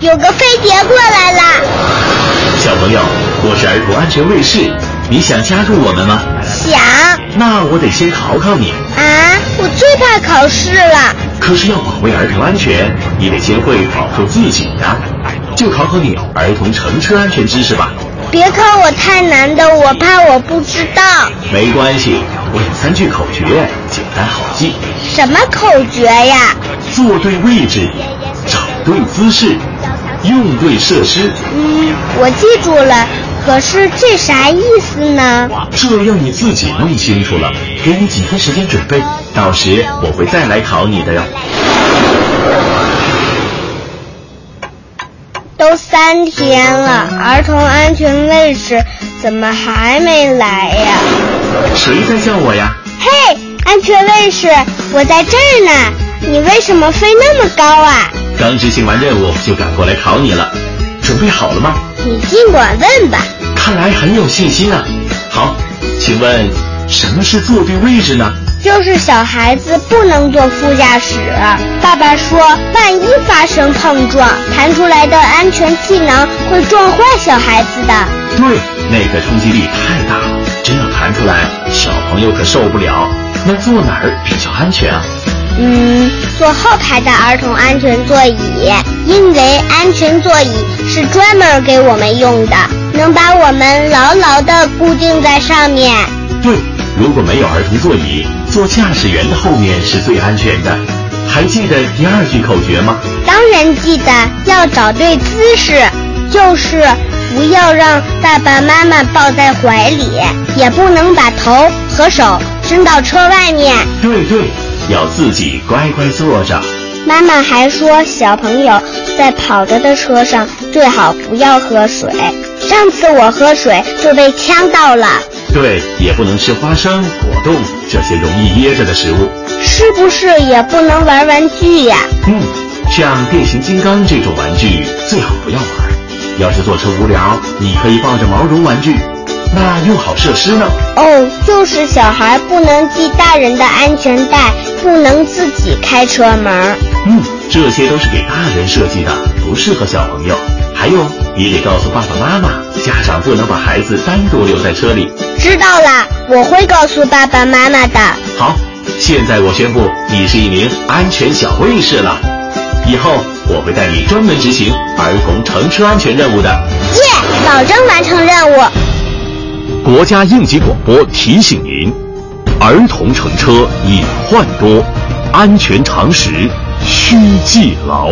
有个飞碟过来啦！小朋友，我是儿童安全卫士，你想加入我们吗？想那我得先考考你，啊，我最怕考试了。可是要保卫儿童安全，你得先会保护自己呀。就考考你儿童乘车安全知识吧。别考我太难的，我怕我不知道。没关系，我有三句口诀，简单好记：什么口诀呀？坐对位置，找对姿势，用对设施。嗯，我记住了。可是这啥意思呢？这要你自己弄清楚了，给你几天时间准备，到时我会再来考你的哟。都三天了，儿童安全卫士怎么还没来呀？谁在叫我呀？嘿，安全卫士，我在这儿呢。你为什么飞那么高啊？刚执行完任务就赶过来考你了，准备好了吗？你尽管问吧。看来很有信心啊。好，请问什么是坐对位置呢？就是小孩子不能坐副驾驶。爸爸说，万一发生碰撞，弹出来的安全气囊会撞坏小孩子的。对，那个冲击力太大了，真要弹出来，小朋友可受不了。那坐哪儿比较安全啊？嗯，坐后排的儿童安全座椅，因为安全座椅是专门给我们用的，能把我们牢牢地固定在上面。对，如果没有儿童座椅，坐驾驶员的后面是最安全的。还记得第二句口诀吗？当然记得要找对姿势，就是不要让爸爸妈妈抱在怀里，也不能把头和手伸到车外面。对对，要自己乖乖坐着。妈妈还说，小朋友在跑着的车上最好不要喝水。上次我喝水就被呛到了，对，也不能吃花生、果冻这些容易噎着的食物。是不是也不能玩玩具呀、嗯，像变形金刚这种玩具最好不要玩。要是坐车无聊，你可以抱着毛绒玩具。那用好设施呢？哦，就是小孩不能系大人的安全带，不能自己开车门。嗯，这些都是给大人设计的，不适合小朋友。还有，你得告诉爸爸妈妈，家长不能把孩子单独留在车里。知道啦，我会告诉爸爸妈妈的。好，现在我宣布你是一名安全小卫士了。以后我会带你专门执行儿童乘车安全任务的。耶、保证完成任务。国家应急广播提醒您：儿童乘车隐患多，安全常识需记牢。